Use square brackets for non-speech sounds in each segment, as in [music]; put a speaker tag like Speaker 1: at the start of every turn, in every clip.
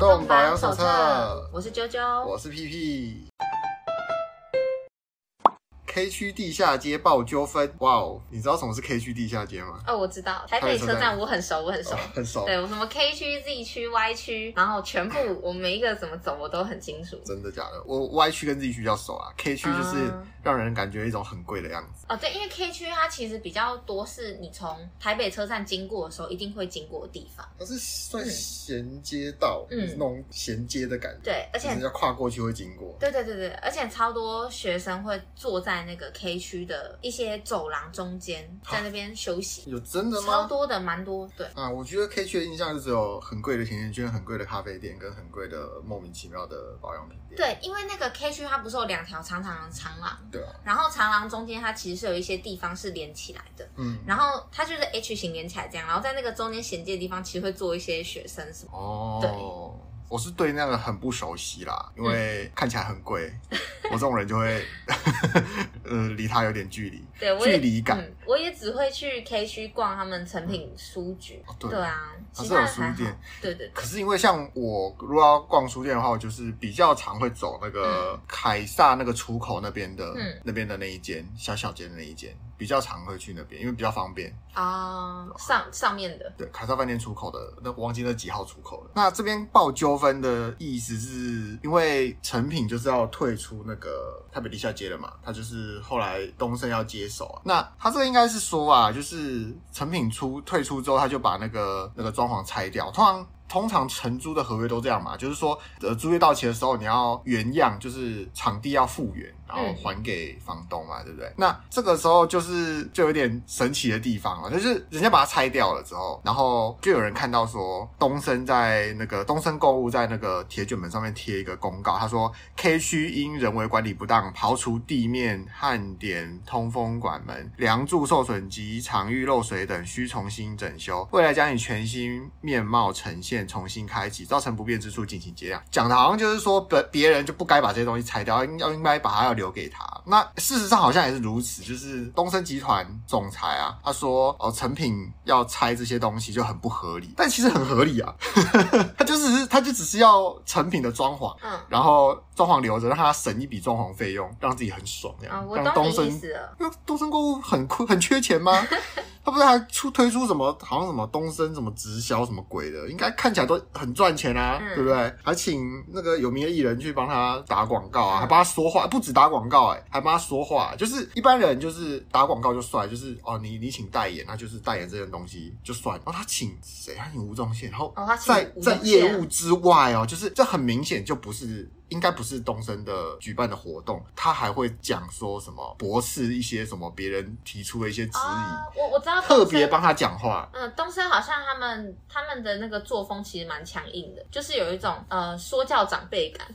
Speaker 1: 手
Speaker 2: 册，
Speaker 1: 我是啾啾，
Speaker 2: 我是屁屁。K 区地下街爆纠纷，哇哦！你知道什么是 K 区地下街吗？
Speaker 1: 哦，我知道台北车
Speaker 2: 台北车
Speaker 1: 站，
Speaker 2: 站
Speaker 1: 我很熟，我很熟
Speaker 2: 哦。 [laughs] 很熟，
Speaker 1: 对，我什么 K 区、Z 区、Y 区，然后全部我每一个怎么走我都很清楚。
Speaker 2: 真的假的？我 Y 区跟 Z 区比较熟啊，K 区就是
Speaker 1: 啊
Speaker 2: 让人感觉一种很贵的样子。
Speaker 1: 哦，对，因为 K 区它其实比较多是你从台北车站经过的时候一定会经过的地方。
Speaker 2: 它是算
Speaker 1: 嗯
Speaker 2: 衔接道，
Speaker 1: 嗯
Speaker 2: 就是那种衔接的感觉，
Speaker 1: 对，而且
Speaker 2: 就是要跨过去会经过。
Speaker 1: 对对对对，而且超多学生会坐在那个 K 区的一些走廊中间，在那边休息，
Speaker 2: 有真的
Speaker 1: 超
Speaker 2: 吗？
Speaker 1: 多的，蛮多。对，
Speaker 2: 啊，我觉得 K 区的印象就只有很贵的甜甜圈、很贵的咖啡店跟很贵的莫名其妙的保养品店。
Speaker 1: 对，因为那个 K 区它不是有两条长长的长廊，
Speaker 2: 对啊，
Speaker 1: 然后长廊中间它其实是有一些地方是连起来的，
Speaker 2: 嗯，
Speaker 1: 然后它就是 H 型连起来这样，然后在那个中间衔接的地方，其实会做一些学生什么。对嗯
Speaker 2: 哦，我是对那个很不熟悉啦，因为看起来
Speaker 1: [laughs]
Speaker 2: 很贵，我这种人就会 [laughs] 呃离它有点距离。
Speaker 1: 对，我也
Speaker 2: 距离感
Speaker 1: 嗯，我也只会去 K 区逛他们成品书局。
Speaker 2: 哦对
Speaker 1: 啊，
Speaker 2: 它
Speaker 1: 其
Speaker 2: 是
Speaker 1: 他
Speaker 2: 有
Speaker 1: 的
Speaker 2: 书
Speaker 1: 还好
Speaker 2: 店。
Speaker 1: 对对对，
Speaker 2: 可是因为像我如果要逛书店的话，我就是比较常会走那个凯撒那个出口那边的，
Speaker 1: 嗯
Speaker 2: 那边的那一间小小间的那一间，比较常会去那边，因为比较方便。
Speaker 1: 啊、上上面的
Speaker 2: 对，凯撒饭店出口的那忘记那几号出口了。那这边报纠纷的意思是因为成品就是要退出那个台北地下街了嘛，他就是后来东升要接手、啊。那他这个应该是说啊，就是成品出退出之后，他就把那个那个装潢拆掉，通常。通常承租的合约都这样嘛，就是说，呃，租约到期的时候，你要原样，就是场地要复原，然后
Speaker 1: 嗯
Speaker 2: 还给房东嘛，对不对？那这个时候就是就有点神奇的地方了，就是人家把它拆掉了之后，然后就有人看到说东升在那个东升购物在那个铁卷门上面贴一个公告，他说 K 区因人为管理不当，刨除地面焊点、通风管门、梁柱受损及场域漏水等，需重新整修，未来将以全新面貌呈现，重新开启，造成不便之处进行结量。讲的好像就是说别别人就不该把这些东西拆掉，应要应该把它要留给他。那事实上好像也是如此，就是东升集团总裁啊，他说哦，成品要拆这些东西就很不合理，但其实很合理啊， [laughs] 他就只是他就只是要成品的装潢，
Speaker 1: 嗯
Speaker 2: 然后装潢留着，让他省一笔装潢费用，让自己很爽这
Speaker 1: 啊，
Speaker 2: 样。
Speaker 1: 我懂
Speaker 2: 让东
Speaker 1: 你意
Speaker 2: 升，
Speaker 1: 思了。
Speaker 2: 因为东升购物很亏 [laughs] 很缺钱吗？
Speaker 1: [laughs]
Speaker 2: 他不是还出推出什么好像什么东升什么直销什么鬼的，应该看起来都很赚钱啊，
Speaker 1: 嗯
Speaker 2: 对不对？还请那个有名的艺人去帮他打广告
Speaker 1: 嗯
Speaker 2: 啊，还帮他说话，不止打广告哎、还帮他说话。就是一般人就是打广告就算，就是哦你你请代言，那就是代言这件东西就算。然后他请谁？他请吴宗宪，然后
Speaker 1: 哦他请
Speaker 2: 在
Speaker 1: 吴宗宪
Speaker 2: 在业务之外哦，就是这很明显就不是。应该不是东升的举办的活动，他还会讲说什么博士一些什么别人提出的一些质疑，
Speaker 1: 哦，我我知道
Speaker 2: 特
Speaker 1: 东
Speaker 2: 别
Speaker 1: 升。
Speaker 2: 帮他讲话。
Speaker 1: 嗯，东升好像他们他们的那个作风其实蛮强硬的，就是有一种呃说教长辈感。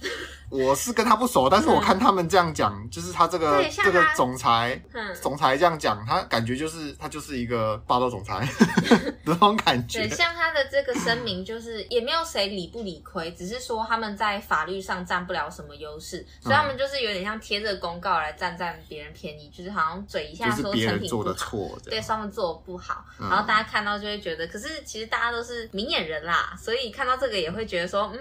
Speaker 2: 我是跟他不熟，但是我看他们这样讲，就是他这
Speaker 1: 嗯
Speaker 2: 个
Speaker 1: 对像
Speaker 2: 这个
Speaker 1: 他
Speaker 2: 总裁。
Speaker 1: 嗯，
Speaker 2: 总裁这样讲，他感觉就是他就是一个霸道
Speaker 1: [laughs]
Speaker 2: 总裁 [laughs] 的那种感觉
Speaker 1: 对，。像他的这个声明，就是也没有谁理不理亏，只是说他们在法律上占不了什么优势，所以他
Speaker 2: 嗯
Speaker 1: 们就是有点像贴着公告来占占别人便宜，就是好像嘴一下
Speaker 2: 就是
Speaker 1: 说
Speaker 2: 别
Speaker 1: 成
Speaker 2: 人
Speaker 1: 品
Speaker 2: 做
Speaker 1: 不
Speaker 2: 的
Speaker 1: 好。
Speaker 2: 错，这
Speaker 1: 对，
Speaker 2: 样
Speaker 1: 他们做的不好，
Speaker 2: 嗯
Speaker 1: 然后大家看到就会觉得，可是其实大家都是明眼人啦，所以看到这个也会觉得说，嗯，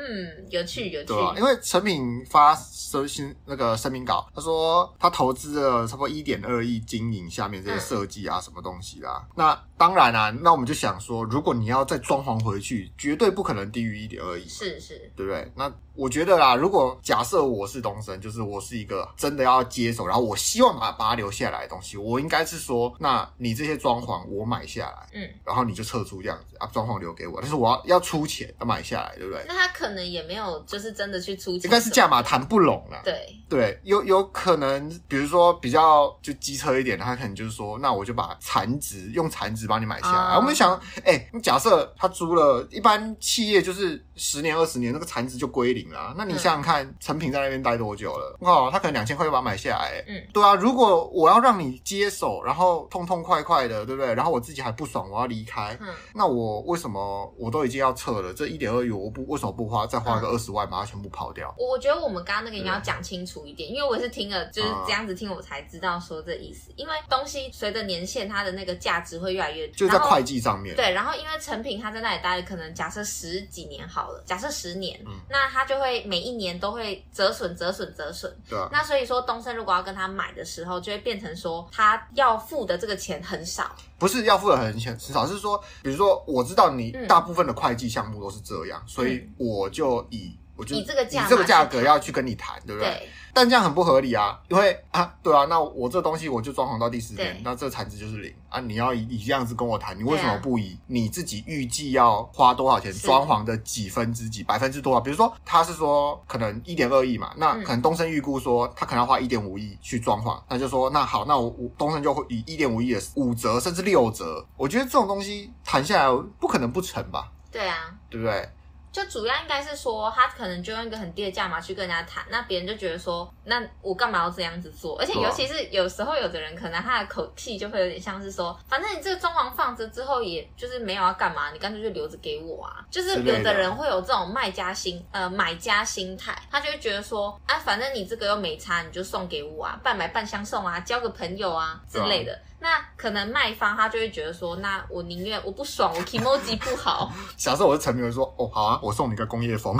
Speaker 1: 有趣有趣
Speaker 2: 对，啊，因为陈敏发声新那个声明稿，他说他投资了差不多一点二亿经营下面这些设计
Speaker 1: 嗯
Speaker 2: 啊、什么东西啦、那当然啊，那我们就想说，如果你要再装潢回去，绝对不可能低于一点二亿嘛。
Speaker 1: 是是，
Speaker 2: 对不对？那我觉得啦，如果假设我是东升，就是我是一个真的要接手，然后我希望把把它留下来的东西，我应该是说，那你这些装潢我买下来，
Speaker 1: 嗯，
Speaker 2: 然后你就撤出这样子啊，装潢留给我，但是我要要出钱要买下来，对不对？
Speaker 1: 那他可能也没有就是真的去出钱，
Speaker 2: 应该是价码谈不拢啊啦。
Speaker 1: 对，
Speaker 2: 对，有有可能，比如说比较就机车一点的，他可能就是说，那我就把残值用残值帮你买下来。
Speaker 1: 啊
Speaker 2: 我们想，哎、你假设他租了，一般企业就是十年二十年，那个残值就归零啦。那你想想看，看成品在那边待多久了。我靠，他可能两千块就把它买下来、欸。
Speaker 1: 嗯，
Speaker 2: 对啊，如果我要让你接手，然后痛痛快快的，对不对？然后我自己还不爽，我要离开，
Speaker 1: 嗯，
Speaker 2: 那我为什么我都已经要撤了？这一点二亿我不为什么不花，再花
Speaker 1: 嗯
Speaker 2: 个二十万把它全部跑掉？
Speaker 1: 我我觉得我们刚刚那个应该要讲清楚一点，因为我也是听了就是
Speaker 2: 啊
Speaker 1: 这样子听，我才知道说这意思。因为东西随着年限，它的那个价值会越来越，
Speaker 2: 就在
Speaker 1: 然后
Speaker 2: 会计上面，
Speaker 1: 对，然后因为成品它在那里待，可能假设十几年好了，假设十年，
Speaker 2: 嗯
Speaker 1: 那它就会每一年都会折损、折损、折损。
Speaker 2: 对啊，
Speaker 1: 那所以说，东升如果要跟他买的时候，就会变成说他要付的这个钱很少。
Speaker 2: 不是要付的很很少，是说，比如说我知道你
Speaker 1: 嗯
Speaker 2: 大部分的会计项目都是这样，所以我就以。我就
Speaker 1: 以这个价码
Speaker 2: 以这个价格要去跟你谈，对不对？
Speaker 1: 对，
Speaker 2: 但这样很不合理啊，因为啊，对啊，那我这东西我就装潢到第十年
Speaker 1: 对，
Speaker 2: 那这产值就是零啊。你要以以这样子跟我谈，你
Speaker 1: 啊
Speaker 2: 为什么不以你自己预计要花多少钱
Speaker 1: 是
Speaker 2: 装潢的几分之几百分之多少？比如说他是说可能一点二亿嘛，那
Speaker 1: 嗯
Speaker 2: 可能东升预估说他可能要花一点五亿去装潢，那就说那好，那我我东升就会以一点五亿的五折甚至六折，我觉得这种东西谈下来不可能不成吧，
Speaker 1: 对啊。
Speaker 2: 对不对？
Speaker 1: 就主要应该是说，他可能就用一个很低的价码去跟人家谈，那别人就觉得说，那我干嘛要这样子做？而且
Speaker 2: 对啊
Speaker 1: 尤其是有时候有的人可能他的口气就会有点像是说，反正你这个装潢放着之后，也就是没有要干嘛，你干脆就留着给我啊。就是
Speaker 2: 之类的
Speaker 1: 有的人会有这种卖家心呃买家心态，他就会觉得说，啊，反正你这个又没差，你就送给我啊，半买半相送啊，交个朋友啊之类的。那可能卖方他就会觉得说，那我宁愿我不爽，我 emoji 不好，
Speaker 2: 假设我是陈明，我就说哦好啊，我送你个工业风。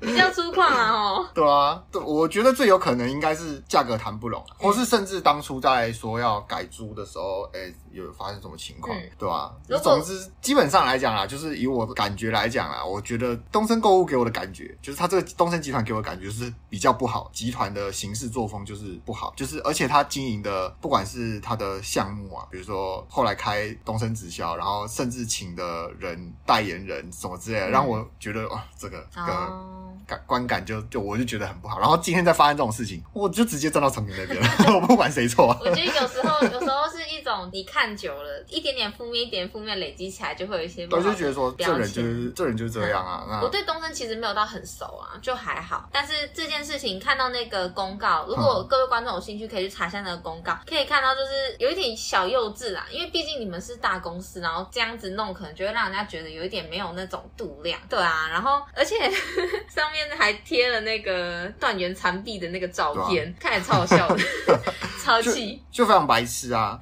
Speaker 1: 比较粗犷啊哦。
Speaker 2: 对啊，对，我觉得最有可能应该是价格谈不拢，啊
Speaker 1: 嗯
Speaker 2: 或是甚至当初在说要改租的时候，哎、有发生什么情况，
Speaker 1: 嗯
Speaker 2: 对吧、
Speaker 1: 如果
Speaker 2: 总之，基本上来讲啦，就是以我的感觉来讲啦，我觉得东森购物给我的感觉，就是他这个东森集团给我的感觉是比较不好，集团的行事作风就是不好，就是而且他经营的不管是他的项目啊，比如说后来开东森直销，然后甚至请的人代言人什么之类的，
Speaker 1: 嗯
Speaker 2: 让我觉得哇、这个这个。
Speaker 1: 哦，
Speaker 2: 感观感就就我就觉得很不好。然后今天再发生这种事情，我就直接站到成品那边了， [laughs] 我不管谁
Speaker 1: [laughs]
Speaker 2: 错啊。
Speaker 1: 我觉得有时候有时候是一种你看久了，一点点负面，一点点负面累积起来，就会有一些不
Speaker 2: 我
Speaker 1: 好的。
Speaker 2: 就觉得啊说，这人就是这人就是这
Speaker 1: [laughs]
Speaker 2: 样啊。
Speaker 1: 我
Speaker 2: 那
Speaker 1: 对东升其实没有到很熟啊，就还好。但是这件事情看到那个公告，如果
Speaker 2: 嗯
Speaker 1: 各位观众有兴趣，可以去查一下那个公告，可以看到就是有一点小幼稚啦，因为毕竟你们是大公司，然后这样子弄，可能就会让人家觉得有一点没有那种度量。对啊，然后而且 [laughs] 上面还贴了那个断垣残壁的那个照片，
Speaker 2: 啊
Speaker 1: 看起来超好笑
Speaker 2: [laughs]
Speaker 1: 的，超气。
Speaker 2: 就非常白痴
Speaker 1: [laughs]
Speaker 2: 啊，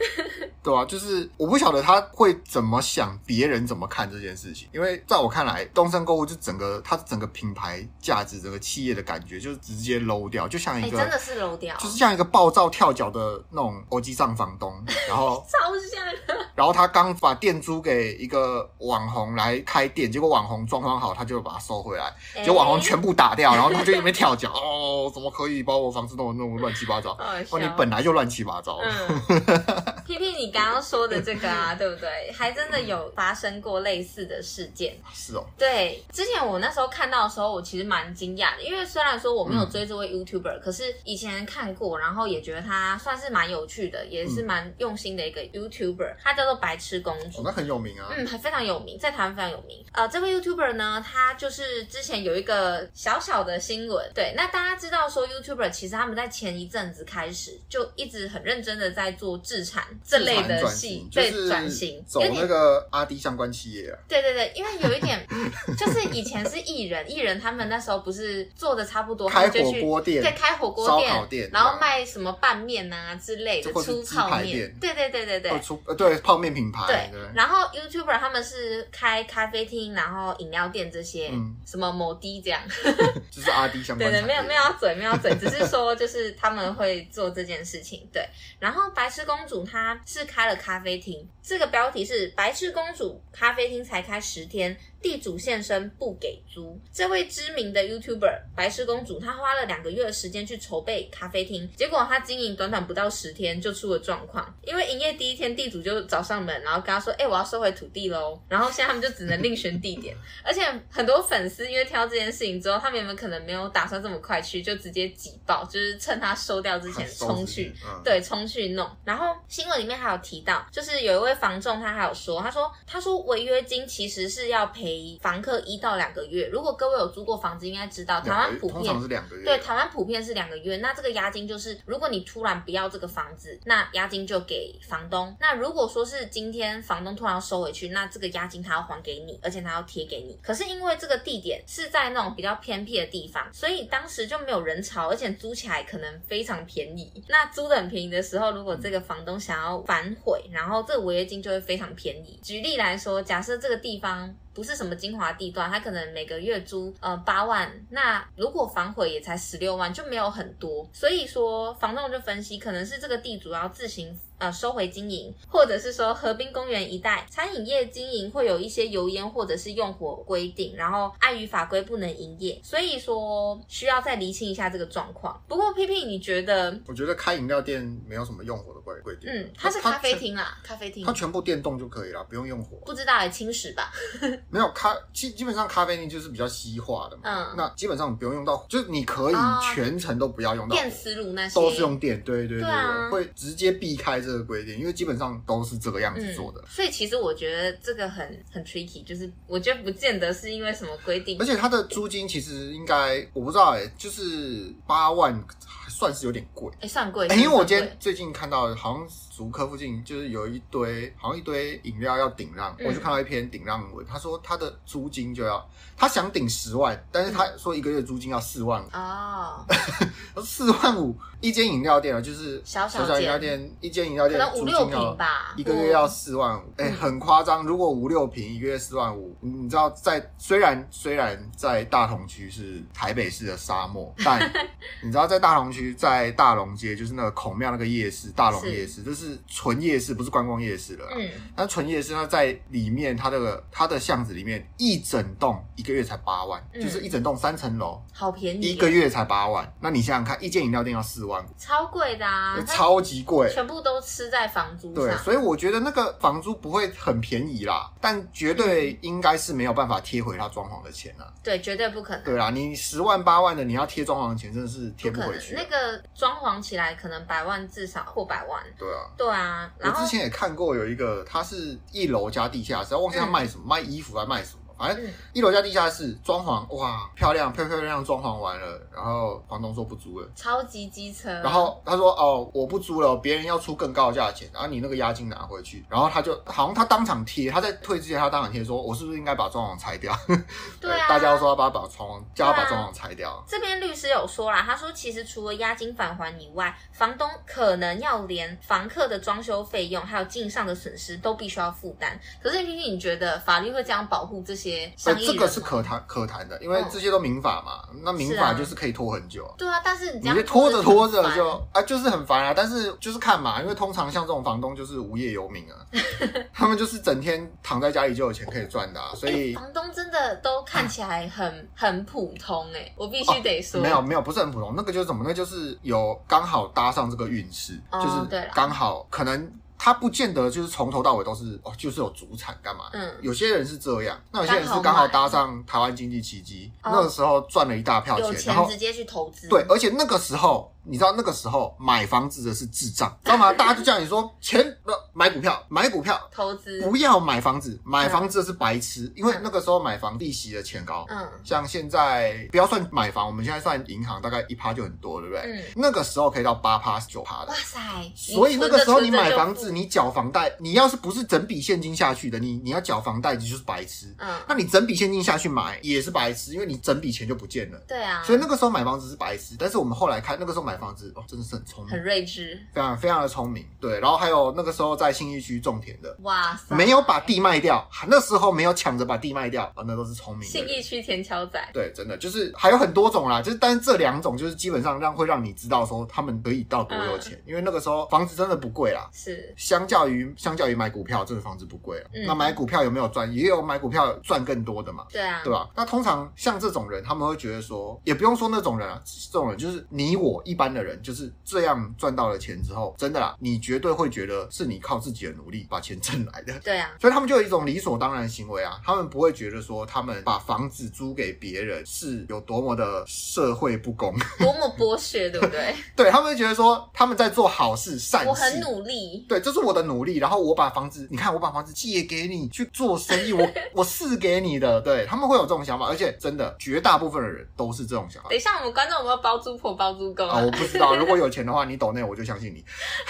Speaker 2: 对吧、就是我不晓得他会怎么想，别人怎么看这件事情。因为在我看来，东森购物就整个它整个品牌价值、整个企业的感觉，就是直接 low 掉，就像
Speaker 1: 哎、
Speaker 2: 一个、
Speaker 1: 真的是漏掉，
Speaker 2: 就是像一个暴躁跳脚的那种欧基上房东，然后
Speaker 1: 超像的。
Speaker 2: 然后他刚把店租给一个网红来开店，结果网红装潢好，他 [laughs] 就把它收回来，
Speaker 1: 哎
Speaker 2: 结果网红全部打掉，然后他就一边
Speaker 1: [laughs]
Speaker 2: 跳脚，哦，怎么可以把我房子弄得那么乱七八糟？
Speaker 1: 哎好
Speaker 2: 哦，
Speaker 1: 好
Speaker 2: 你哦
Speaker 1: 笑
Speaker 2: 本来就乱七八糟。
Speaker 1: 嗯，
Speaker 2: [laughs]
Speaker 1: 屁屁，你刚刚说的这个啊，对不对？还真的有发生过类似的事件。
Speaker 2: 是哦，
Speaker 1: 对，之前我那时候看到的时候，我其实蛮惊讶的，因为虽然说我没有
Speaker 2: 嗯
Speaker 1: 追这位 YouTuber，、可是以前看过，然后也觉得他算是蛮有趣的，也
Speaker 2: 嗯
Speaker 1: 是蛮用心的一个 YouTuber，他叫做白痴公主
Speaker 2: 哦，。那很有名啊。
Speaker 1: 嗯，还非常有名，在台湾非常有名。呃，这位 YouTuber 呢，他就是之前有一个小小的新闻，对，那大家知道说 YouTuber 其实他们在前一阵子开始就一直很认真的在做制产这类
Speaker 2: 自然
Speaker 1: 的
Speaker 2: 转
Speaker 1: 戏
Speaker 2: 型，就
Speaker 1: 对，
Speaker 2: 是
Speaker 1: 转型，
Speaker 2: 走
Speaker 1: 有
Speaker 2: 那
Speaker 1: 点
Speaker 2: 个阿迪相关企业啊。
Speaker 1: 对对对，因为有一点就是以前是艺人，艺人他们那时候不是做的差不多，他
Speaker 2: 开
Speaker 1: 们就
Speaker 2: 火
Speaker 1: 去
Speaker 2: 锅店
Speaker 1: 对，开火锅
Speaker 2: 烧烤店
Speaker 1: 然后卖什么拌面啊之类的
Speaker 2: 或是
Speaker 1: 粗
Speaker 2: 鸡
Speaker 1: 泡
Speaker 2: 排
Speaker 1: 面
Speaker 2: 店，
Speaker 1: 对对对对对，
Speaker 2: 会出呃对泡面品牌，
Speaker 1: 对
Speaker 2: 对，，
Speaker 1: 然后 YouTuber 他们是开咖啡厅，然后饮料店这些，
Speaker 2: 嗯
Speaker 1: 什么某滴这样。
Speaker 2: 就是阿迪相
Speaker 1: 对
Speaker 2: 关
Speaker 1: 对，
Speaker 2: 产业。
Speaker 1: 没有没有要嘴，没有要嘴，只是说就是他们会做这件事情。对，然后白痴公主她是开了咖啡厅，这个标题是“白痴公主咖啡厅才开十天，地主现身不给租”。这位知名的 YouTuber 白痴公主，她花了两个月的时间去筹备咖啡厅，结果她经营短短不到十天就出了状况，因为营业第一天地主就找上门，然后跟她说：“哎、我要收回土地喽。”然后现在他们就只能另选地点。而且很多粉丝因为挑这件事情之后，他们有没有可能没有打算这么快去，就直接挤爆，就是趁他收掉之前冲去。，
Speaker 2: 嗯，
Speaker 1: 对，冲去弄。然后新闻里面还有提到，就是有一位房仲，他还有说，他说他说违约金其实是要赔给房客一到两个月。如果各位有租过房子，应该知道台
Speaker 2: 两个
Speaker 1: 湾
Speaker 2: 月
Speaker 1: 普
Speaker 2: 通
Speaker 1: 遍
Speaker 2: 常是两个月，
Speaker 1: 对，台湾普遍是两个月。那这个押金就是，如果你突然不要这个房子，那押金就给房东。那如果说是今天房东突然要收回去，那这个押金他要还给你，而且他要贴给你。可是因为这个地点是在那种比较偏僻的地方，所以当时就没有人潮，而且租起来可能非常便宜。那租的很便宜的时候，如果这个房东想要反悔，然后这个违约金就会非常便宜。举例来说，假设这个地方不是什么精华地段，它可能每个月租呃八万，那如果反悔也才十六万，就没有很多。所以说，房东就分析，可能是这个地主要自行呃收回经营，或者是说河滨公园一带餐饮业经营会有一些油烟或者是用火规定，然后碍于法规不能营业，所以说需要再厘清一下这个状况。不过屁屁，你觉得？
Speaker 2: 我觉得开饮料店没有什么用火的规规定，
Speaker 1: 嗯，它是咖啡，厅啦，咖啡厅
Speaker 2: 它。全部电动就可以了，不用用火。
Speaker 1: 不知道也侵蚀吧？
Speaker 2: 没有咖，基基本上咖啡厅就是比较西化的嘛，
Speaker 1: 嗯
Speaker 2: 那基本上你不用用到，就是你可以
Speaker 1: 哦
Speaker 2: 全程都不要用到火。
Speaker 1: 电磁炉那些
Speaker 2: 都是用电，对对对
Speaker 1: 对啊
Speaker 2: 会直接避开这个规定，因为基本上都是这个样子做的。
Speaker 1: 嗯所以其实我觉得这个很很 tricky，就是我觉得不见得是因为什么规定
Speaker 2: 而，且它的租金其实应该我不知道哎、就是八万算是有点贵。
Speaker 1: 哎，算贵、
Speaker 2: 哎因为我今
Speaker 1: 算贵
Speaker 2: 天最近看到，好像竹科附近就是有一堆，好像一堆饮料要顶让，
Speaker 1: 嗯
Speaker 2: 我就看到一篇顶让文，他说他的租金就要，他想顶十万，但是
Speaker 1: 嗯
Speaker 2: 他说一个月租金要四万五，
Speaker 1: 哦，
Speaker 2: 四万五一间饮料店啊，就是
Speaker 1: 小小
Speaker 2: 小饮料
Speaker 1: 间
Speaker 2: 店，一间饮料
Speaker 1: 可
Speaker 2: 店
Speaker 1: 能
Speaker 2: 租
Speaker 1: 五
Speaker 2: 金
Speaker 1: 六
Speaker 2: 要
Speaker 1: 平吧，
Speaker 2: 一个月要
Speaker 1: 或
Speaker 2: 四万五，哎、
Speaker 1: 嗯
Speaker 2: 很夸张。如果五六平一个月四万五，你你知道在虽然虽然在大同区是台北市的沙
Speaker 1: [laughs]
Speaker 2: 漠，但你知道在大同区，在大龙街就是那个孔庙那个夜市，大龙
Speaker 1: 是
Speaker 2: 夜市，这是纯夜市，不是观光夜市了啦。
Speaker 1: 嗯，
Speaker 2: 那纯夜市，它在里面，它的它的巷子里面一整栋一个月才八万，
Speaker 1: 嗯
Speaker 2: 就是一整栋三层楼，
Speaker 1: 好便宜，哦
Speaker 2: 一个月才八万。那你想想看，一间饮料店要四万五，
Speaker 1: 超贵的啊，
Speaker 2: 超级贵
Speaker 1: 它，全部都吃在房租
Speaker 2: 对，
Speaker 1: 上，
Speaker 2: 所以我觉得那个房租不会很便宜啦，但绝
Speaker 1: 嗯
Speaker 2: 对应该是没有办法贴回他装潢的钱啦。
Speaker 1: 对，绝对不可能。
Speaker 2: 对啦，你十万八万的，你要贴装潢的钱，真的是贴
Speaker 1: 不
Speaker 2: 不
Speaker 1: 可
Speaker 2: 回
Speaker 1: 能，
Speaker 2: 去。啊
Speaker 1: 那个装潢起来可能百万至少或百万，
Speaker 2: 对啊，
Speaker 1: 对啊，
Speaker 2: 我
Speaker 1: 然后
Speaker 2: 之前也看过有一个，它是一楼加地下室，忘记他卖什么，卖衣服还卖什么，反正
Speaker 1: 嗯
Speaker 2: 一楼加地下室装潢，哇，漂亮漂漂亮亮装潢完了，然后房东说不租了。
Speaker 1: 超级机车，
Speaker 2: 然后他说：“哦，我不租了，别人要出更高的价钱，然后你那个押金拿回去。”然后他就好像他当场贴，他在退之前他当场贴说：“我是不是应该把装潢拆掉？”
Speaker 1: 对啊
Speaker 2: 大家都说要把把装潢，叫他把
Speaker 1: 对啊
Speaker 2: 装潢拆掉。
Speaker 1: 这边律师有说啦，他说其实除了押金返还以外，房东可能要连房客的装修费用还有经营上的损失都必须要负担。可是平平，你觉得法律会这样保护这些
Speaker 2: 所
Speaker 1: 商
Speaker 2: 以
Speaker 1: 业
Speaker 2: 哦这
Speaker 1: 人
Speaker 2: 个
Speaker 1: 吗？
Speaker 2: 是可谈可谈的，因为
Speaker 1: 嗯
Speaker 2: 这些都民法嘛，那民
Speaker 1: 是
Speaker 2: 法
Speaker 1: 啊
Speaker 2: 就是可以拖很久啊。
Speaker 1: 对啊，但是你这
Speaker 2: 你
Speaker 1: 样
Speaker 2: 就拖着拖
Speaker 1: 很
Speaker 2: 着
Speaker 1: 烦
Speaker 2: 就啊，就是很烦啊。但是就是看嘛，因为通常像这种房东就是无业游民啊，他们就是整天躺在家里就有钱可以赚的、啊，所以
Speaker 1: 房东真的都看起来很很普通
Speaker 2: [laughs]
Speaker 1: 哎、我必须得说、
Speaker 2: 哦没有没有，不是很普通。那个就是什么？那就是有刚好搭上这个运势，
Speaker 1: 哦
Speaker 2: 就
Speaker 1: 对
Speaker 2: 是
Speaker 1: 啦
Speaker 2: 刚好可能。他不见得就是从头到尾都是哦，就是有主产干嘛？
Speaker 1: 嗯
Speaker 2: 有些人是这样，那有些人是
Speaker 1: 刚好
Speaker 2: 刚好
Speaker 1: 买
Speaker 2: 搭上台湾经济奇迹，
Speaker 1: 哦
Speaker 2: 那个时候赚了一大票
Speaker 1: 有
Speaker 2: 钱然后
Speaker 1: 钱直接去投资，
Speaker 2: 对，呃而且那个时候，你知道那个时候买房子的是智障，知道吗？大家就叫你说钱呃买股票，买股票
Speaker 1: 投资，
Speaker 2: 不要买房子，买房子的是白痴，因为那个时候买房利息的钱高。
Speaker 1: 嗯
Speaker 2: 像现在不要算买房，我们现在算银行大概一趴就很多，对不对？
Speaker 1: 嗯，
Speaker 2: 那个时候可以到八趴九趴的
Speaker 1: 哇。塞，
Speaker 2: 所以那个时候你买房子，
Speaker 1: 你
Speaker 2: 你缴房贷，你要是不是整笔现金下去的，你你要缴房贷，你就是白痴。
Speaker 1: 存着存着就
Speaker 2: 那你整笔现金下去买也是白痴，因为你整笔钱就不见了。
Speaker 1: 嗯，对啊，
Speaker 2: 所以那个时候买房子是白痴，但是我们后来看那个时候买房子哦，真的是很聪明
Speaker 1: 很，睿智，
Speaker 2: 非常非常的聪明。对，然后还有那个时候在信义区种田的，
Speaker 1: 哇塞，
Speaker 2: 没有把地卖掉，那时候没有抢着把地卖掉啊，那都是聪明的
Speaker 1: 信
Speaker 2: 人。
Speaker 1: 义区田桥仔，
Speaker 2: 对，真的就是还有很多种啦，就是但是这两种就是基本上让会让你知道说他们可以到多有钱，因为那个时候房子真的不贵啦。
Speaker 1: 是
Speaker 2: 相较于相较于买股票，这个房子不贵了。
Speaker 1: 嗯
Speaker 2: 那买股票有没有赚？也有买股票赚更多的嘛。
Speaker 1: 对啊，
Speaker 2: 对吧？那通常像这种人，他们会觉得说，也不用说那种人啊，这种人就是你我一般般的人就是这样赚到了钱之后，真的啦，你绝对会觉得是你靠自己的努力把钱挣来的。
Speaker 1: 对啊，
Speaker 2: 所以他们就有一种理所当然的行为啊，他们不会觉得说他们把房子租给别人是有多么的社会不公， [laughs]
Speaker 1: 多么剥削，对不对？
Speaker 2: 对他们会觉得说他们在做好事善事，
Speaker 1: 我很努力，
Speaker 2: 对，这是我的努力，然后我把房子，你看我把房子借给你去做生意，我 [laughs] 我是给你的，对他们会有这种想法，而且真的绝大部分的人都是这种想法
Speaker 1: 等一下我们观众有没有包租婆、包租公
Speaker 2: 啊、
Speaker 1: 啊？
Speaker 2: 我不知道，如果有钱的话，你抖内我就相信你。 [laughs]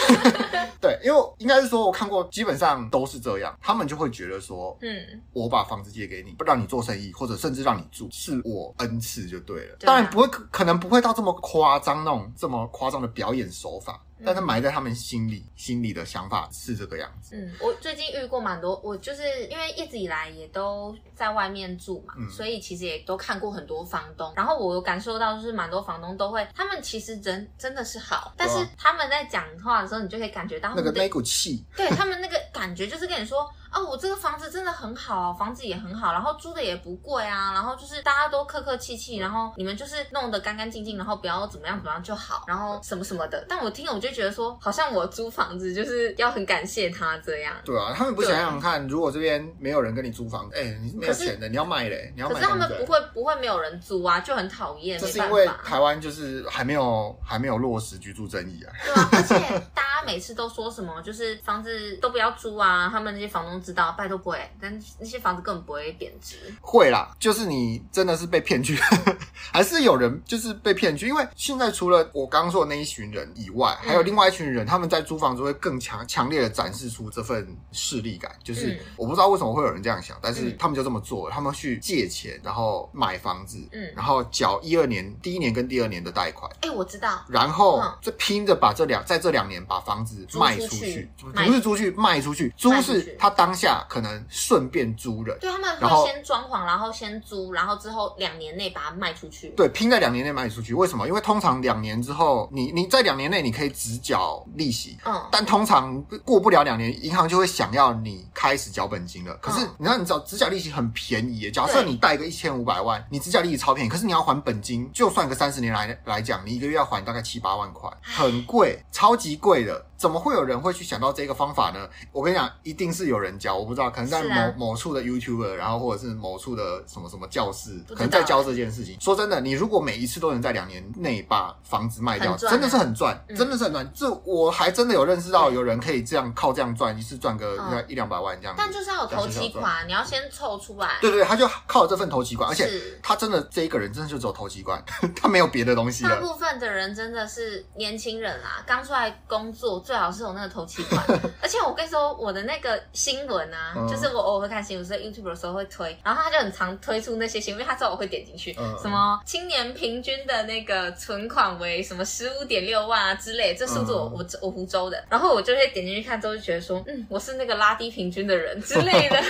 Speaker 2: 对，因为应该是说我看过，基本上都是这样，他们就会觉得说
Speaker 1: 嗯，
Speaker 2: 我把房子借给你，不让你做生意，或者甚至让你住，是我恩赐就对了。
Speaker 1: 对啊
Speaker 2: 当然不会，可可能不会到这么夸张那种这么夸张的表演手法，
Speaker 1: 嗯
Speaker 2: 但是埋在他们心里心里的想法是这个样子。
Speaker 1: 嗯，我最近遇过蛮多，我就是因为一直以来也都在外面住嘛，
Speaker 2: 嗯
Speaker 1: 所以其实也都看过很多房东，然后我有感受到，就是蛮多房东都会，他们其实人真的是好，但是他们在讲话的时候，你就可以感觉到他
Speaker 2: 啊那个
Speaker 1: 们
Speaker 2: 那
Speaker 1: 对
Speaker 2: 股气，
Speaker 1: 对他们那个感觉，就是跟你说啊，我这个房子真的很好啊，房子也很好，然后租的也不贵啊，然后就是大家都客客气气，然后你们就是弄得干干净净，然后不要怎么样怎么样就好，然后什么什么的。但我听了我就觉得说，好像我租房子就是要很感谢他这样。
Speaker 2: 对啊，他们不想想看，如果这边没有人跟你租房，哎、你是没有
Speaker 1: 可是
Speaker 2: 钱的，你要卖嘞，你要
Speaker 1: 可
Speaker 2: 买
Speaker 1: 是他
Speaker 2: 房
Speaker 1: 们
Speaker 2: 子嘞
Speaker 1: 不。会不会没有人租啊，就很讨厌，
Speaker 2: 这
Speaker 1: 没
Speaker 2: 是因
Speaker 1: 办
Speaker 2: 为
Speaker 1: 法。
Speaker 2: 台湾就是还没有还没有落实居住正义啊，
Speaker 1: 对啊，而且大家每次都说什么，就是房子都不要租啊，他们那些房东知道，拜托不会，但那些房子根本不会贬值。
Speaker 2: 会啦，就是你真的是被骗去， [laughs] 还是有人就是被骗去？因为现在除了我刚刚说的那一群人以外，还有
Speaker 1: 嗯
Speaker 2: 另外一群人，他们在租房子会更强强烈的展示出这份势力感。就是、
Speaker 1: 嗯
Speaker 2: 我不知道为什么会有人这样想，但是
Speaker 1: 嗯
Speaker 2: 他们就这么做了，他们去借钱，然后买房子，
Speaker 1: 嗯
Speaker 2: 然后缴一二年第一年跟第二年的贷款。
Speaker 1: 哎、我知道，
Speaker 2: 然后
Speaker 1: 嗯
Speaker 2: 就拼着把这两在这两年把房子卖出去，
Speaker 1: 租出去卖
Speaker 2: 不是租去卖出去，租
Speaker 1: 卖出去
Speaker 2: 是他当下可能顺便租人，
Speaker 1: 对他们
Speaker 2: 然后
Speaker 1: 会先装潢，然后先租，然后之后两年内把它卖出去。
Speaker 2: 对，拼在两年内卖出去。为什么？因为通常两年之后，你你在两年内你可以只缴利息。
Speaker 1: 嗯，
Speaker 2: 但通常过不了两年，银行就会想要你开始缴本金了。可是
Speaker 1: 嗯
Speaker 2: 你知道，你只只缴利息很便宜耶。假设
Speaker 1: 对
Speaker 2: 你贷个一千五百万，你只缴利息超便宜，可是你要还本金，就算个三十年来来讲，你一个月要还大概七八万块，很贵，超级贵的。怎么会有人会去想到这个方法呢？我跟你讲，一定是有人教，我不知道，可能在
Speaker 1: 是
Speaker 2: 某、
Speaker 1: 啊
Speaker 2: 某处的 YouTuber，然后或者是某处的什么什么教室，
Speaker 1: 不知道
Speaker 2: 可能在教这件事情。说真的，你如果每一次都能在两年内把房子卖掉，
Speaker 1: 很赚啊
Speaker 2: 真的是很赚，
Speaker 1: 嗯
Speaker 2: 真的是很赚。这我还真的有认识到有人可以这样靠这样赚，一次赚个
Speaker 1: 嗯
Speaker 2: 一两百万这样子。
Speaker 1: 但就是要有头期款，你要先凑出来。
Speaker 2: 对对，他就靠这份投机款，而且
Speaker 1: 是
Speaker 2: 他真的这一个人真的就只有投机款， [laughs] 他没有别的东西
Speaker 1: 大
Speaker 2: 了。
Speaker 1: 部分的人真的是年轻人啊，刚出来工作，最好是有那个头期
Speaker 2: [laughs]
Speaker 1: 款。而且我跟你说，我的那个新闻啊，
Speaker 2: 嗯
Speaker 1: 就是我偶尔会看新闻，所以 YouTube 的时候会推，然后他就很常推出那些新闻，因为他知道我会点进去，
Speaker 2: 嗯
Speaker 1: 什么青年平均的那个存款为什么十五点六万啊之类，这数字我、
Speaker 2: 嗯
Speaker 1: 我我湖州的，然后我就会点进去看，之后就觉得说，嗯，我是那个拉低平均的人之类
Speaker 2: [laughs]
Speaker 1: 的，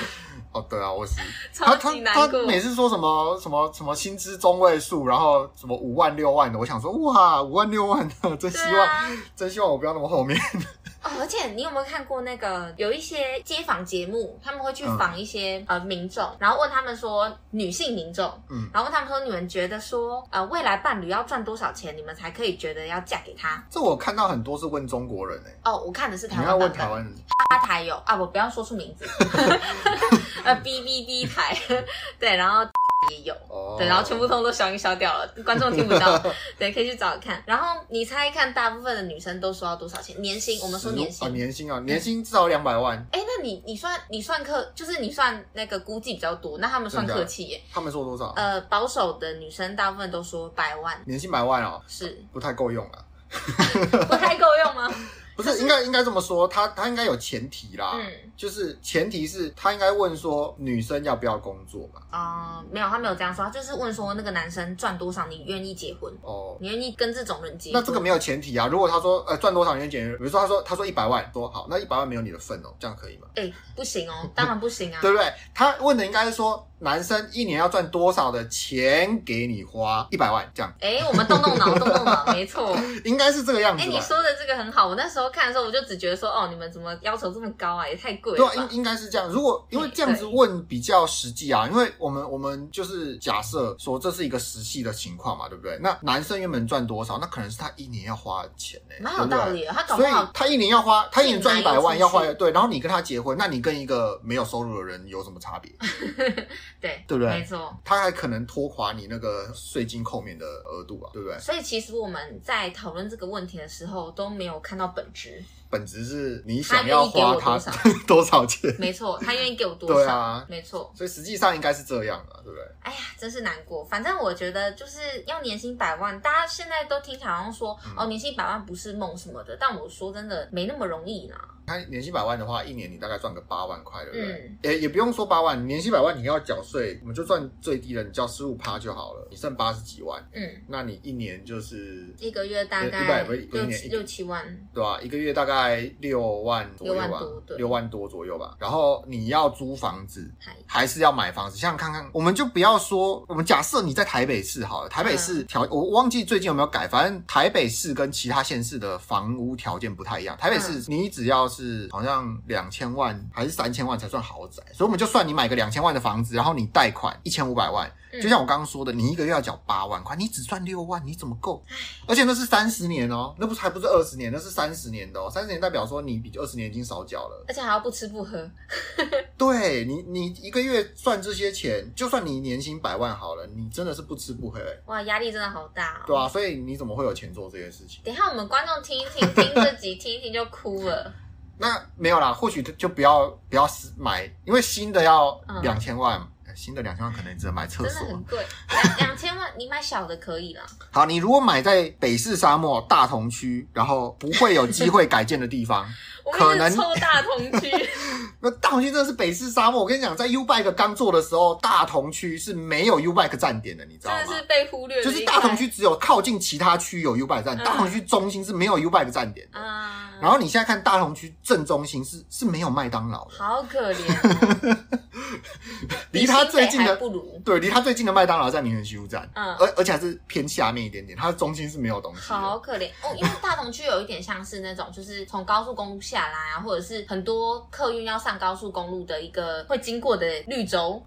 Speaker 2: 哦，对啊，我是
Speaker 1: 超
Speaker 2: 他他
Speaker 1: 级难
Speaker 2: 啊他
Speaker 1: 过。
Speaker 2: 每次说什么什么什么薪资中位数，然后什么五万六万的，我想说哇，五万六万的，真希
Speaker 1: 对
Speaker 2: 望、
Speaker 1: 啊，
Speaker 2: 真希望我不要那么后面。 [laughs]
Speaker 1: 哦，而且你有没有看过那个有一些街访节目，他们会去访一些、呃民众，然后问他们说女性民众，
Speaker 2: 嗯
Speaker 1: 然后问他们说你们觉得说呃未来伴侣要赚多少钱，你们才可以觉得要嫁给他？
Speaker 2: 这我看到很多是问中国人哎、
Speaker 1: 哦，我看的是台
Speaker 2: 你要
Speaker 1: 湾版本，
Speaker 2: 问台湾人，
Speaker 1: 八台有啊，我不要说出名字，
Speaker 2: [laughs]
Speaker 1: [laughs] 呃，B B B 台， [laughs] 对，然后也有。
Speaker 2: 哦
Speaker 1: 对，然后全部通通都消音消掉了，观众听不
Speaker 2: [laughs]
Speaker 1: 到。对，可以去找看。然后你猜看，大部分的女生都说要多少钱？年薪，我们说年薪
Speaker 2: 啊，年薪啊，年薪至少两百万，
Speaker 1: 哎，那你你算你算客，就是你算那个估计比较多，那他们算
Speaker 2: 真的
Speaker 1: 客
Speaker 2: 啊
Speaker 1: 气耶。
Speaker 2: 他们说多少？
Speaker 1: 呃，保守的女生大部分都说百万
Speaker 2: 年薪百万哦， [laughs]
Speaker 1: 是
Speaker 2: 不太够用啊。
Speaker 1: 不太够用吗？
Speaker 2: 不是，应该应该这么说，他他应该有前提啦，
Speaker 1: 嗯
Speaker 2: 就是前提是他应该问说女生要不要工作嘛？
Speaker 1: 啊、没有，他没有这样说，他就是问说那个男生赚多少，你愿意结婚？
Speaker 2: 哦，
Speaker 1: 你愿意跟这种人结婚？
Speaker 2: 那这个没有前提啊。如果他说呃赚多少年减，比如说他说他说一百万，说好，那一百万没有你的份哦，这样可以吗？
Speaker 1: 哎、不行哦，当然不行啊。
Speaker 2: 对不对？他问的应该是说男生一年要赚多少的钱给你花，一百万这样，
Speaker 1: 哎、我们动动
Speaker 2: [laughs]
Speaker 1: 脑，动动脑，没错。
Speaker 2: 应该是这个样
Speaker 1: 哎、
Speaker 2: 子
Speaker 1: 你
Speaker 2: 吧？
Speaker 1: 说的这个很好，我那时候看的时候，我就只觉得说，哦，你们怎么要求这么高啊？也太贵
Speaker 2: 对
Speaker 1: 了
Speaker 2: 啊，
Speaker 1: 吧？嗯
Speaker 2: 应应该是这样。如果因为这样子
Speaker 1: 对
Speaker 2: 问比较实际啊，因为我们我们就是假设说这是一个实系的情况嘛，对不对？那男生原本赚多少，那可能是他一年要花的钱呢、
Speaker 1: 蛮有
Speaker 2: 对不对
Speaker 1: 道理的，他搞不
Speaker 2: 所以
Speaker 1: 好
Speaker 2: 他一年要花，他一年赚一
Speaker 1: 进来
Speaker 2: 百
Speaker 1: 又
Speaker 2: 万
Speaker 1: 出
Speaker 2: 要花
Speaker 1: 去
Speaker 2: 对，然后你跟他结婚，那你跟一个没有收入的人有什么差别？
Speaker 1: 对
Speaker 2: 对不对
Speaker 1: 没错。
Speaker 2: 他还可能拖垮你那个税金扣免的额度啊，对不对？
Speaker 1: 所以其实我们在讨论这个问题的时候都没有看到本
Speaker 2: [laughs]
Speaker 1: 质，
Speaker 2: 本质是你
Speaker 1: 他
Speaker 2: 想
Speaker 1: 愿
Speaker 2: 要
Speaker 1: 意给我
Speaker 2: 花
Speaker 1: 多
Speaker 2: 他
Speaker 1: 少？
Speaker 2: [laughs] 多少钱，
Speaker 1: 没错，他愿意给我多少？
Speaker 2: 对啊，
Speaker 1: 没错。
Speaker 2: 所以实际上应该是这样啊，对不对？
Speaker 1: 哎呀，真是难过。反正我觉得就是要年薪百万，大家现在都听起来好像说、
Speaker 2: 嗯
Speaker 1: 哦，年薪百万不是梦什么的，但我说真的没那么容易呢。
Speaker 2: 他年薪百万的话，一年你大概赚个八万块，对不对？
Speaker 1: 嗯
Speaker 2: 也也不用说八万，你年薪百万你要缴税，我们就算最低的，你交十五趴就好了，你剩八十几万，
Speaker 1: 嗯，
Speaker 2: 那你一年就是
Speaker 1: 一个月大
Speaker 2: 呃一百
Speaker 1: 概
Speaker 2: 不是一
Speaker 1: 六
Speaker 2: 年
Speaker 1: 七
Speaker 2: 一
Speaker 1: 六七万，
Speaker 2: 对吧、一个月大概六万左右
Speaker 1: 六
Speaker 2: 吧
Speaker 1: 万多，对
Speaker 2: 六万多左右吧。然后你要租房子，
Speaker 1: 还
Speaker 2: 还是要买房子？想想看看，我们就不要说，我们假设你在台北市好了，台北市条、我忘记最近有没有改，反正台北市跟其他县市的房屋条件不太一样。台北市你只要是好像两千万还是三千万才算豪宅，所以我们就算你买个两千万的房子，然后你贷款一千五百万，
Speaker 1: 嗯
Speaker 2: 就像我刚刚说的，你一个月要缴八万块，你只赚六万，你怎么够？而且那是三十年哦，那不是还不是二十年，那是三十年的哦，三十年代表说你比二十年已经少缴了。
Speaker 1: 而且还要不吃不喝，
Speaker 2: 对你，你一个月赚这些钱，就算你年薪百万好了，你真的是不吃不喝、欸，
Speaker 1: 哇，压力真的好大、哦。
Speaker 2: 对啊，所以你怎么会有钱做这些事情？
Speaker 1: 等一下我们观众听一听，听这集听一听就哭
Speaker 2: [laughs]
Speaker 1: 了。
Speaker 2: 那没有啦，或许就不要不要买，因为新的要
Speaker 1: 嗯
Speaker 2: 两千万，呃新的两千万可能只能买
Speaker 1: 真
Speaker 2: 厕
Speaker 1: 的
Speaker 2: 所
Speaker 1: 很。贵，两两千万你买小的可以啦，
Speaker 2: 好，你如果买在北市沙漠大同区，然后不会有机会改建的地方， [laughs]
Speaker 1: 我
Speaker 2: 可
Speaker 1: 们
Speaker 2: 能
Speaker 1: 是抽大同
Speaker 2: [laughs]
Speaker 1: 区，
Speaker 2: 那大同区真的是北市沙漠。我跟你讲，在 U Bike 刚做的时候，大同区是没有 U Bike 站点的，你知道
Speaker 1: 真
Speaker 2: 吗？
Speaker 1: 的是被忽略的
Speaker 2: 就
Speaker 1: 一块，
Speaker 2: 是大同区只有靠近其他区有 U bike 站，
Speaker 1: 嗯
Speaker 2: 大同区中心是没有 U bike 站点的。
Speaker 1: 啊，
Speaker 2: 然后你现在看大同区正中心是是没有麦当劳的，
Speaker 1: 好可怜哦，
Speaker 2: [laughs] 离它
Speaker 1: 比新北
Speaker 2: 最近
Speaker 1: 还
Speaker 2: 的
Speaker 1: 不如，
Speaker 2: 对，离它最近的麦当劳在民权西路站，
Speaker 1: 嗯
Speaker 2: 而而且还是偏下面一点点，它的中心是没有东西
Speaker 1: 好
Speaker 2: 的。
Speaker 1: 可怜哦，因为大同区有一点像是那种，就是从高速公路下来啊，或者是很多客运要上高速公路的一个会经过的绿洲，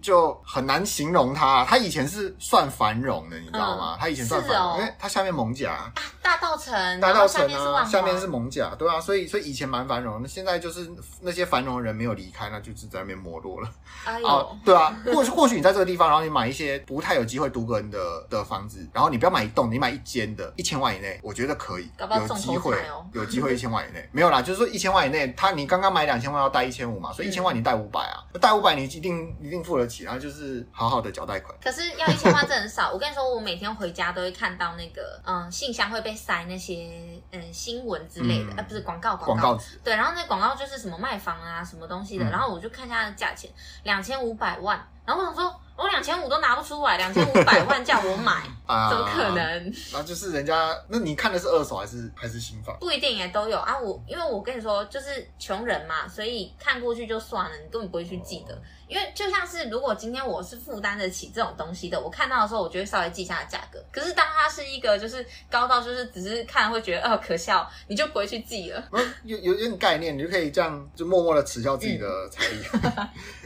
Speaker 2: 就很难形容它。它以前是算繁荣的，你知道吗？它以前算繁
Speaker 1: 是哦
Speaker 2: 荣，因为它下面蒙甲。啊
Speaker 1: 啊大道城，
Speaker 2: 大
Speaker 1: 然
Speaker 2: 道
Speaker 1: 后下
Speaker 2: 城
Speaker 1: 面是
Speaker 2: 啊，
Speaker 1: 万华，
Speaker 2: 下面是蒙甲，对啊，所以所以以前蛮繁荣的，现在就是那些繁荣的人没有离开，那就是在那边没落了。
Speaker 1: 哎
Speaker 2: 哦
Speaker 1: 呦，，
Speaker 2: 对啊，或许或许你在这个地方，然后你买一些不太有机会独个人的的房子，然后你不要买一栋，你买一间的，一千万以内，我觉得可以，
Speaker 1: 搞不好
Speaker 2: 有
Speaker 1: 中
Speaker 2: 机
Speaker 1: 头
Speaker 2: 会
Speaker 1: 彩哦，
Speaker 2: 有机会一千万以内， [laughs] 没有啦，就是说一千万以内，他你刚刚买两千万要贷一千五嘛，所
Speaker 1: 嗯
Speaker 2: 以一千万你贷五百啊，贷五百你一定一定付得起，然后就是好好的缴贷款。
Speaker 1: 可是要一千万真的很少。我跟你说，我每天回家都会看到那个，嗯，信箱会被塞那些嗯新闻之类的，
Speaker 2: 嗯
Speaker 1: 呃，不是广告，
Speaker 2: 广
Speaker 1: 告
Speaker 2: 告纸，
Speaker 1: 对，然后那广告就是什么卖房啊，什么东西的，
Speaker 2: 嗯
Speaker 1: 然后我就看一下它的价钱，两千五百万，然后我想说，我两千五都拿不出来，两千五百万叫我买，
Speaker 2: 啊，
Speaker 1: 怎么可？能？
Speaker 2: 然后就是人家，那你看的是二手还是还是新房？
Speaker 1: 不一定也都有啊。我因为我跟你说，就是穷人嘛，所以看过去就算了，你根本不会去记得。因为就像是如果今天我是负担得起这种东西的，我看到的时候，我就会稍微记一下价格。可是当它是一个就是高到就是只是看会觉得哦可笑，你就不会去记了。
Speaker 2: 然后有有点概念，你就可以这样就默默的耻笑自己的
Speaker 1: 嗯
Speaker 2: 才艺， [laughs]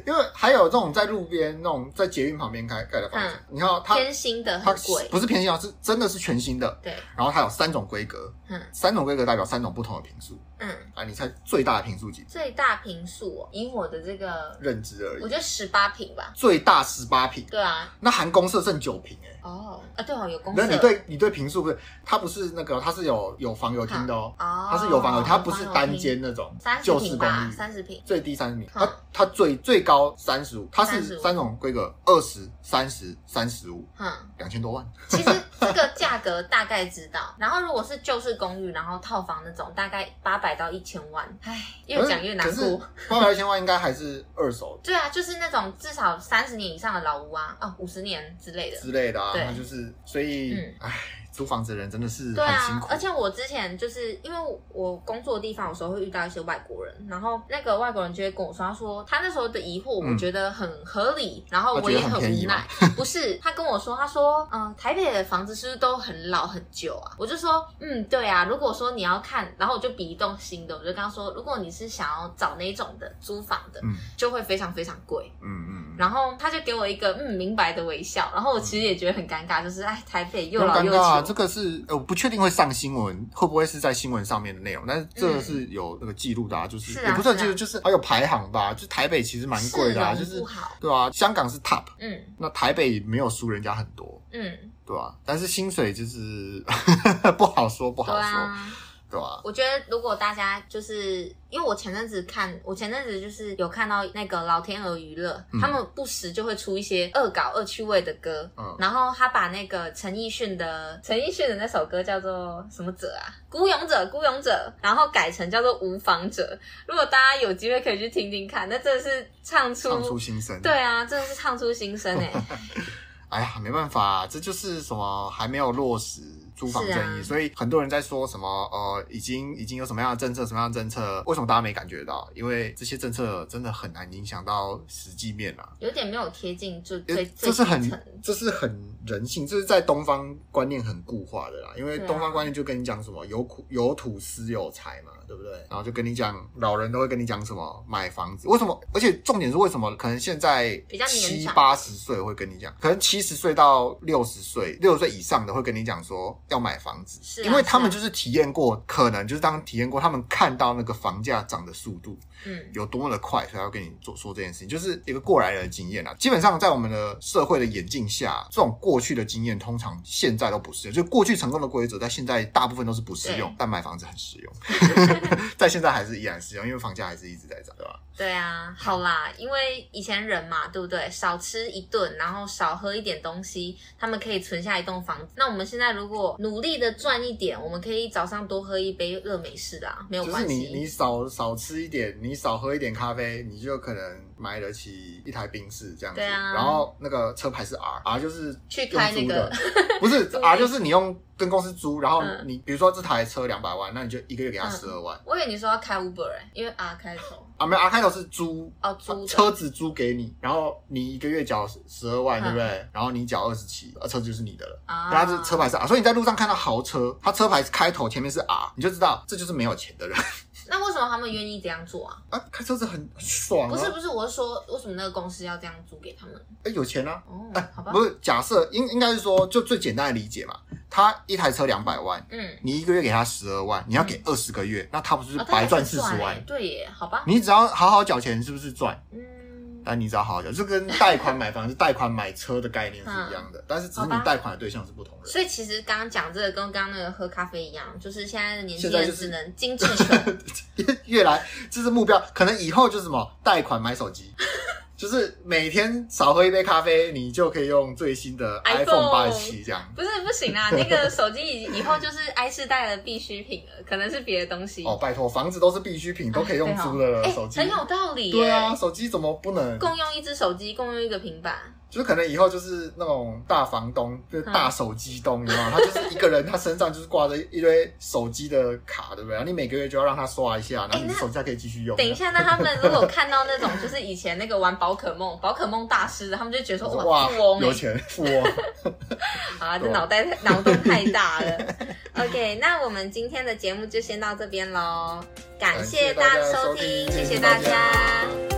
Speaker 2: 因为还有这种在路边那种在捷运旁边开盖的房子，你看它
Speaker 1: 嗯偏心的
Speaker 2: 它
Speaker 1: 很贵，
Speaker 2: 不是偏新啊，是真的是全新的，
Speaker 1: 对，
Speaker 2: 然后它有三种规格，
Speaker 1: 嗯
Speaker 2: 三种规格代表三种不同的平数
Speaker 1: 嗯。
Speaker 2: 啊，你猜最大的平数几？
Speaker 1: 最大平数、哦，以我的这个，
Speaker 2: 认知而
Speaker 1: 我
Speaker 2: 已，
Speaker 1: 觉得十八平吧。
Speaker 2: 最大十八平，
Speaker 1: 对啊，
Speaker 2: 那含公社剩九平哎。
Speaker 1: 哦，啊对哦，有公
Speaker 2: 那
Speaker 1: 社。
Speaker 2: 你对你对平数不是，它不是那个，它是有有房有厅的哦，
Speaker 1: 哦，
Speaker 2: 它是有房有厅，它不是单间那种
Speaker 1: 三十
Speaker 2: 旧式
Speaker 1: 平
Speaker 2: 公
Speaker 1: 吧，
Speaker 2: 寓，
Speaker 1: 三十平。
Speaker 2: 最低三十米，
Speaker 1: 嗯
Speaker 2: 它它最最高三十五，它是
Speaker 1: 35
Speaker 2: 三种规格，二十、三十、三十五，
Speaker 1: 嗯，
Speaker 2: 两千多万。
Speaker 1: 其实这个价格大概知道。 [laughs] 然后如果是旧式公寓，然后套房那种，大概八百到一千万。唉，越讲越难
Speaker 2: 可是
Speaker 1: 过。，
Speaker 2: 八百一千万应该还是二
Speaker 1: [laughs]
Speaker 2: 手
Speaker 1: 对啊，就是那种至少三十年以上的老屋啊，哦，五十年之类的。
Speaker 2: 之类的啊，
Speaker 1: 对
Speaker 2: 它就是所以
Speaker 1: 嗯，
Speaker 2: 唉，租房子的人真的是
Speaker 1: 对
Speaker 2: 很辛
Speaker 1: 啊
Speaker 2: 苦，，
Speaker 1: 而且我之前就是因为我工作的地方，有时候会遇到一些外国人，然后那个外国人就会跟我说，他说他那时候的疑惑，
Speaker 2: 嗯
Speaker 1: 我觉得很合理，然后
Speaker 2: 他觉
Speaker 1: 我
Speaker 2: 得
Speaker 1: 也
Speaker 2: 很
Speaker 1: 很
Speaker 2: 便宜
Speaker 1: 无奈。 [laughs] 不是，他跟我说，他说，嗯、台北的房子是不是都很老很旧啊？我就说，嗯，对啊。如果说你要看，然后我就比一栋新的，我就跟他说，如果你是想要找那种的租房的，
Speaker 2: 嗯
Speaker 1: 就会非常非常贵。
Speaker 2: 嗯嗯，
Speaker 1: 然后他就给我一个嗯明白的微笑，然后我其实也觉得很尴尬，就是哎，台北又
Speaker 2: 不要
Speaker 1: 老
Speaker 2: 尴
Speaker 1: 又
Speaker 2: 尬啊，
Speaker 1: 旧
Speaker 2: 这。个是呃，我不确定会上新闻，会不会是在新闻上面的内容，但是这个是有那个记录的啊，就是
Speaker 1: 是啊
Speaker 2: 也不是很记录，
Speaker 1: 是啊
Speaker 2: 就是还有排行吧，就台北其实蛮贵的啊，就
Speaker 1: 市容
Speaker 2: 是
Speaker 1: 不好，
Speaker 2: 对啊，香港是 top，
Speaker 1: 嗯
Speaker 2: 那台北没有输人家很多，
Speaker 1: 嗯，
Speaker 2: 对啊，但是薪水就是 [laughs] 不好说，不
Speaker 1: 对
Speaker 2: 好说，
Speaker 1: 啊。
Speaker 2: 对吧？
Speaker 1: 我觉得如果大家就是因为我前阵子看，我前阵子就是有看到那个老天鹅娱乐，
Speaker 2: 嗯
Speaker 1: 他们不时就会出一些恶搞、恶趣味的歌。
Speaker 2: 嗯
Speaker 1: 然后他把那个陈奕迅的陈奕迅的那首歌叫做什么者啊？孤勇者，孤勇者，然后改成叫做无房者。如果大家有机会可以去听听看，那真的是唱出
Speaker 2: 唱出心声，
Speaker 1: 对，啊，真的是唱出心声哎、
Speaker 2: 哎呀，没办法、这就是什么还没有落实租房正义，
Speaker 1: 是啊
Speaker 2: 所以很多人在说什么呃，已经已经有什么样的政策，什么样的政策，为什么大家没感觉到？因为这些政策真的很难影响到实际面啊，
Speaker 1: 有点没有贴近就最
Speaker 2: 这
Speaker 1: 最底
Speaker 2: 是
Speaker 1: 层
Speaker 2: 很这是很人性，这是在东方观念很固化的啦。因为
Speaker 1: 对啊
Speaker 2: 东方观念就跟你讲什么有苦有土私有财嘛，对不对？然后就跟你讲，老人都会跟你讲什么买房子，为什么？而且重点是为什么？可能现在
Speaker 1: 比较年
Speaker 2: 七
Speaker 1: 长
Speaker 2: 八十岁会跟你讲，可能七十岁到六十岁，六十岁以上的会跟你讲说要买房子，
Speaker 1: 是啊
Speaker 2: 因为他们
Speaker 1: 是
Speaker 2: 就是体验过，可能就是当体验过，他们看到那个房价涨的速度，
Speaker 1: 嗯
Speaker 2: 有多么的快，所以要跟你做说这件事情，就是一个过来人的经验啊。基本上在我们的社会的眼镜下，这种过去的经验通常现在都不适用，就过去成功的规则，在现在大部分都是不适用
Speaker 1: 对，
Speaker 2: 但买房子很适用， [laughs] 在现在还是依然适用，因为房价还是一直在涨，对吧？
Speaker 1: 对啊，好啦，因为以前人嘛，对不对？少吃一顿，然后少喝一点东西，他们可以存下一栋房子。那我们现在如果努力的赚一点，我们可以早上多喝一杯热美式啊，没有
Speaker 2: 就是
Speaker 1: 关
Speaker 2: 你你
Speaker 1: 系。
Speaker 2: 少少吃一点，你少喝一点咖啡，你就可能买得起一台宾士这样子。
Speaker 1: 对啊
Speaker 2: 然后那个车牌是 R，R 就是
Speaker 1: 去
Speaker 2: 用
Speaker 1: 开那
Speaker 2: 租
Speaker 1: 个
Speaker 2: 的，不是
Speaker 1: [laughs] 租
Speaker 2: R 就是你用跟公司租，然后
Speaker 1: 嗯
Speaker 2: 你、比如说这台车两百万，那你就一个月给他
Speaker 1: 嗯
Speaker 2: 十二万。
Speaker 1: 我以为你说要开 Uber 哎、因为 R 开头
Speaker 2: 啊，没有，阿开头是租
Speaker 1: 哦租的
Speaker 2: 车子租给你，然后你一个月缴十二万，对不对？然后你缴二十七，呃车子就是你的了。
Speaker 1: 嗯啊，
Speaker 2: 但它是车牌是 R，所以你在路上看到豪车，它车牌开头前面是 R，你就知道这就是没有钱的人 [laughs]
Speaker 1: 那为什么他们愿意这样做啊？
Speaker 2: 啊，开车子很很爽、啊，
Speaker 1: 不是不是，我是说为什么那个公司要这样租给他们？
Speaker 2: 哎、有钱啊！
Speaker 1: 哦
Speaker 2: 哎、，
Speaker 1: 好吧，
Speaker 2: 不是假设应应该是说，就最简单的理解嘛，他一台车两百万，
Speaker 1: 嗯，
Speaker 2: 你一个月给他十二万，你要给二十个月，那他不是
Speaker 1: 哦他
Speaker 2: 白
Speaker 1: 也
Speaker 2: 赚
Speaker 1: 是
Speaker 2: 四十
Speaker 1: 欸
Speaker 2: 万？
Speaker 1: 对耶，好吧，
Speaker 2: 你只要好好缴钱，是不是赚？
Speaker 1: 嗯，
Speaker 2: 但你只要好好讲，这跟贷款买房、是贷款买车的概念是一样的，但是只是
Speaker 1: 嗯好
Speaker 2: 你
Speaker 1: 吧
Speaker 2: 贷款的对象是不同人。
Speaker 1: 所以其实刚刚讲这个跟刚刚那个喝咖啡一样，就是现在的年轻
Speaker 2: 现在就
Speaker 1: 人
Speaker 2: 是
Speaker 1: 只能精致穷，
Speaker 2: [laughs] 越来这是目标，可能以后就是什么贷款买
Speaker 1: [laughs]
Speaker 2: 手机，就是每天少喝一杯咖啡，你就可以用最新的
Speaker 1: iPhone
Speaker 2: iPhone 八十七这样。
Speaker 1: [laughs] 不是不行啦，那个手机以以后就是 i 世代的必需品了，可能是别的东西。
Speaker 2: 哦，拜托，房子都是必需品，都可以用租的了，
Speaker 1: 哎
Speaker 2: 手机。
Speaker 1: 很有道理耶。
Speaker 2: 对啊，手机怎么不能？
Speaker 1: 共用一只手机，共用一个平板，
Speaker 2: 就是可能以后就是那种大房东，
Speaker 1: 嗯
Speaker 2: 就是大手机东，你知道吗？他就是一个人，他身上就是挂着一堆手机的卡，对不对？然后你每个月就要让他刷一下，然后你的
Speaker 1: 哎那
Speaker 2: 手机才可以继续用。
Speaker 1: 等一下，那他们如果看到那种就是以前那个玩宝可梦、宝可梦大师的，他们就觉得
Speaker 2: 我
Speaker 1: 说
Speaker 2: 说，
Speaker 1: 哇，
Speaker 2: 哇
Speaker 1: 富翁，
Speaker 2: 有
Speaker 1: 欸
Speaker 2: 钱哦富翁，
Speaker 1: 啊，这
Speaker 2: 对啊
Speaker 1: 脑袋太脑洞太大了。OK，那我们今 [laughs] 天的节目就先到这边喽，感谢
Speaker 2: 感谢大
Speaker 1: 大家
Speaker 2: 家收
Speaker 1: 收
Speaker 2: 听
Speaker 1: 听，
Speaker 2: 谢
Speaker 1: 谢
Speaker 2: 谢
Speaker 1: 谢
Speaker 2: 大
Speaker 1: 大
Speaker 2: 家
Speaker 1: 家。